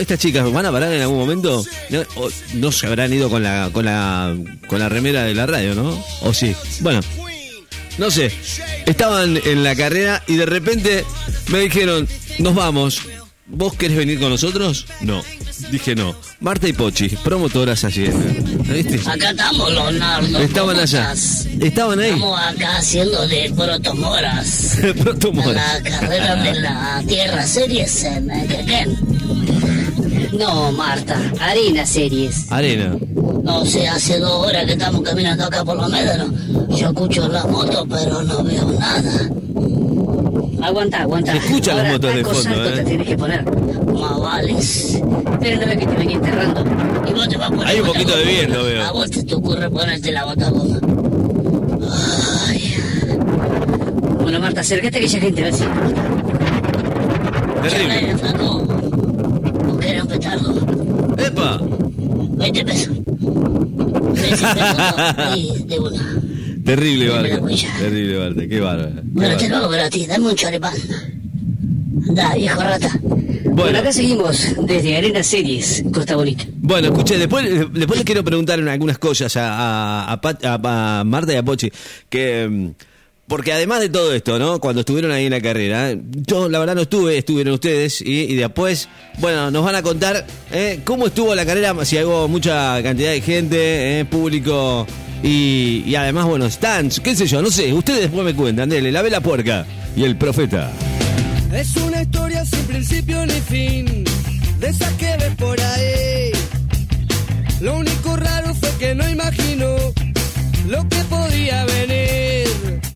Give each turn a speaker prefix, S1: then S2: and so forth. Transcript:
S1: ¿Estas chicas van a parar en algún momento? No, o- no se habrán ido con la, con la con la remera de la radio, ¿no? ¿O sí? Bueno, no sé. Estaban en la carrera y de repente me dijeron, nos vamos. ¿Vos querés venir con nosotros? No. Dije no. Marta y Pochi, promotoras ayer. ¿Viste?
S2: Acá estamos, Leonardo.
S1: Estaban
S2: ¿Cómo
S1: allá.
S2: estás?
S1: Estaban ahí.
S2: Estamos acá haciendo de protomoras.
S1: De pronto
S2: En
S1: mueres.
S2: la carrera de la Tierra Series en eh, Quequén. No, Marta, Arena Series.
S1: Arena.
S2: No sé, hace dos horas que estamos caminando acá por los médanos. Yo escucho las motos, pero no veo nada.
S3: Aguanta, aguanta.
S1: Se escuchan las
S3: Ahora,
S1: motos de
S3: taco
S1: fondo,
S3: santo
S1: ¿eh?
S3: te tienes que poner.
S2: Más vales.
S3: Pero no ve que te venía enterrando.
S2: Y vos te vas a poner
S1: Hay un poquito de
S2: botafogo.
S1: viento, veo.
S2: A vos te, te ocurre ponerte la botafogo.
S3: Bueno, Marta, acércate que ya gente va así.
S1: Terrible.
S2: Charlale, flaco. ¿Vos querés un petardo?
S1: ¡Epa!
S2: 20 pesos. 20 pesos y de una.
S1: Terrible,
S2: Dame la
S1: Barte.
S2: huella.
S1: Terrible, Barte. Qué bárbaro. Qué
S2: Bueno, te
S1: bárbaro.
S2: lo hago gratis, dame un choripán. Anda, viejo rata.
S3: Bueno,
S1: Bueno,
S3: acá seguimos desde Arena Series, Costa Bonita.
S1: bueno, escuché, después, después les quiero preguntar en algunas cosas a, a- a Pat- a- a Marta y a Pochi, que... mm, Porque además de todo esto, ¿no? Cuando estuvieron ahí en la carrera, ¿eh? yo la verdad no estuve, estuvieron ustedes y, y después, bueno, nos van a contar ¿eh? cómo estuvo la carrera, si hubo mucha cantidad de gente, ¿eh? público y, y además, bueno, stands, qué sé yo, no sé, ustedes después me cuentan, dele, la vela puerca y el profeta.
S4: Es una historia sin principio ni fin, de esas que ves por ahí. Lo único raro fue que no imaginó lo que podía venir.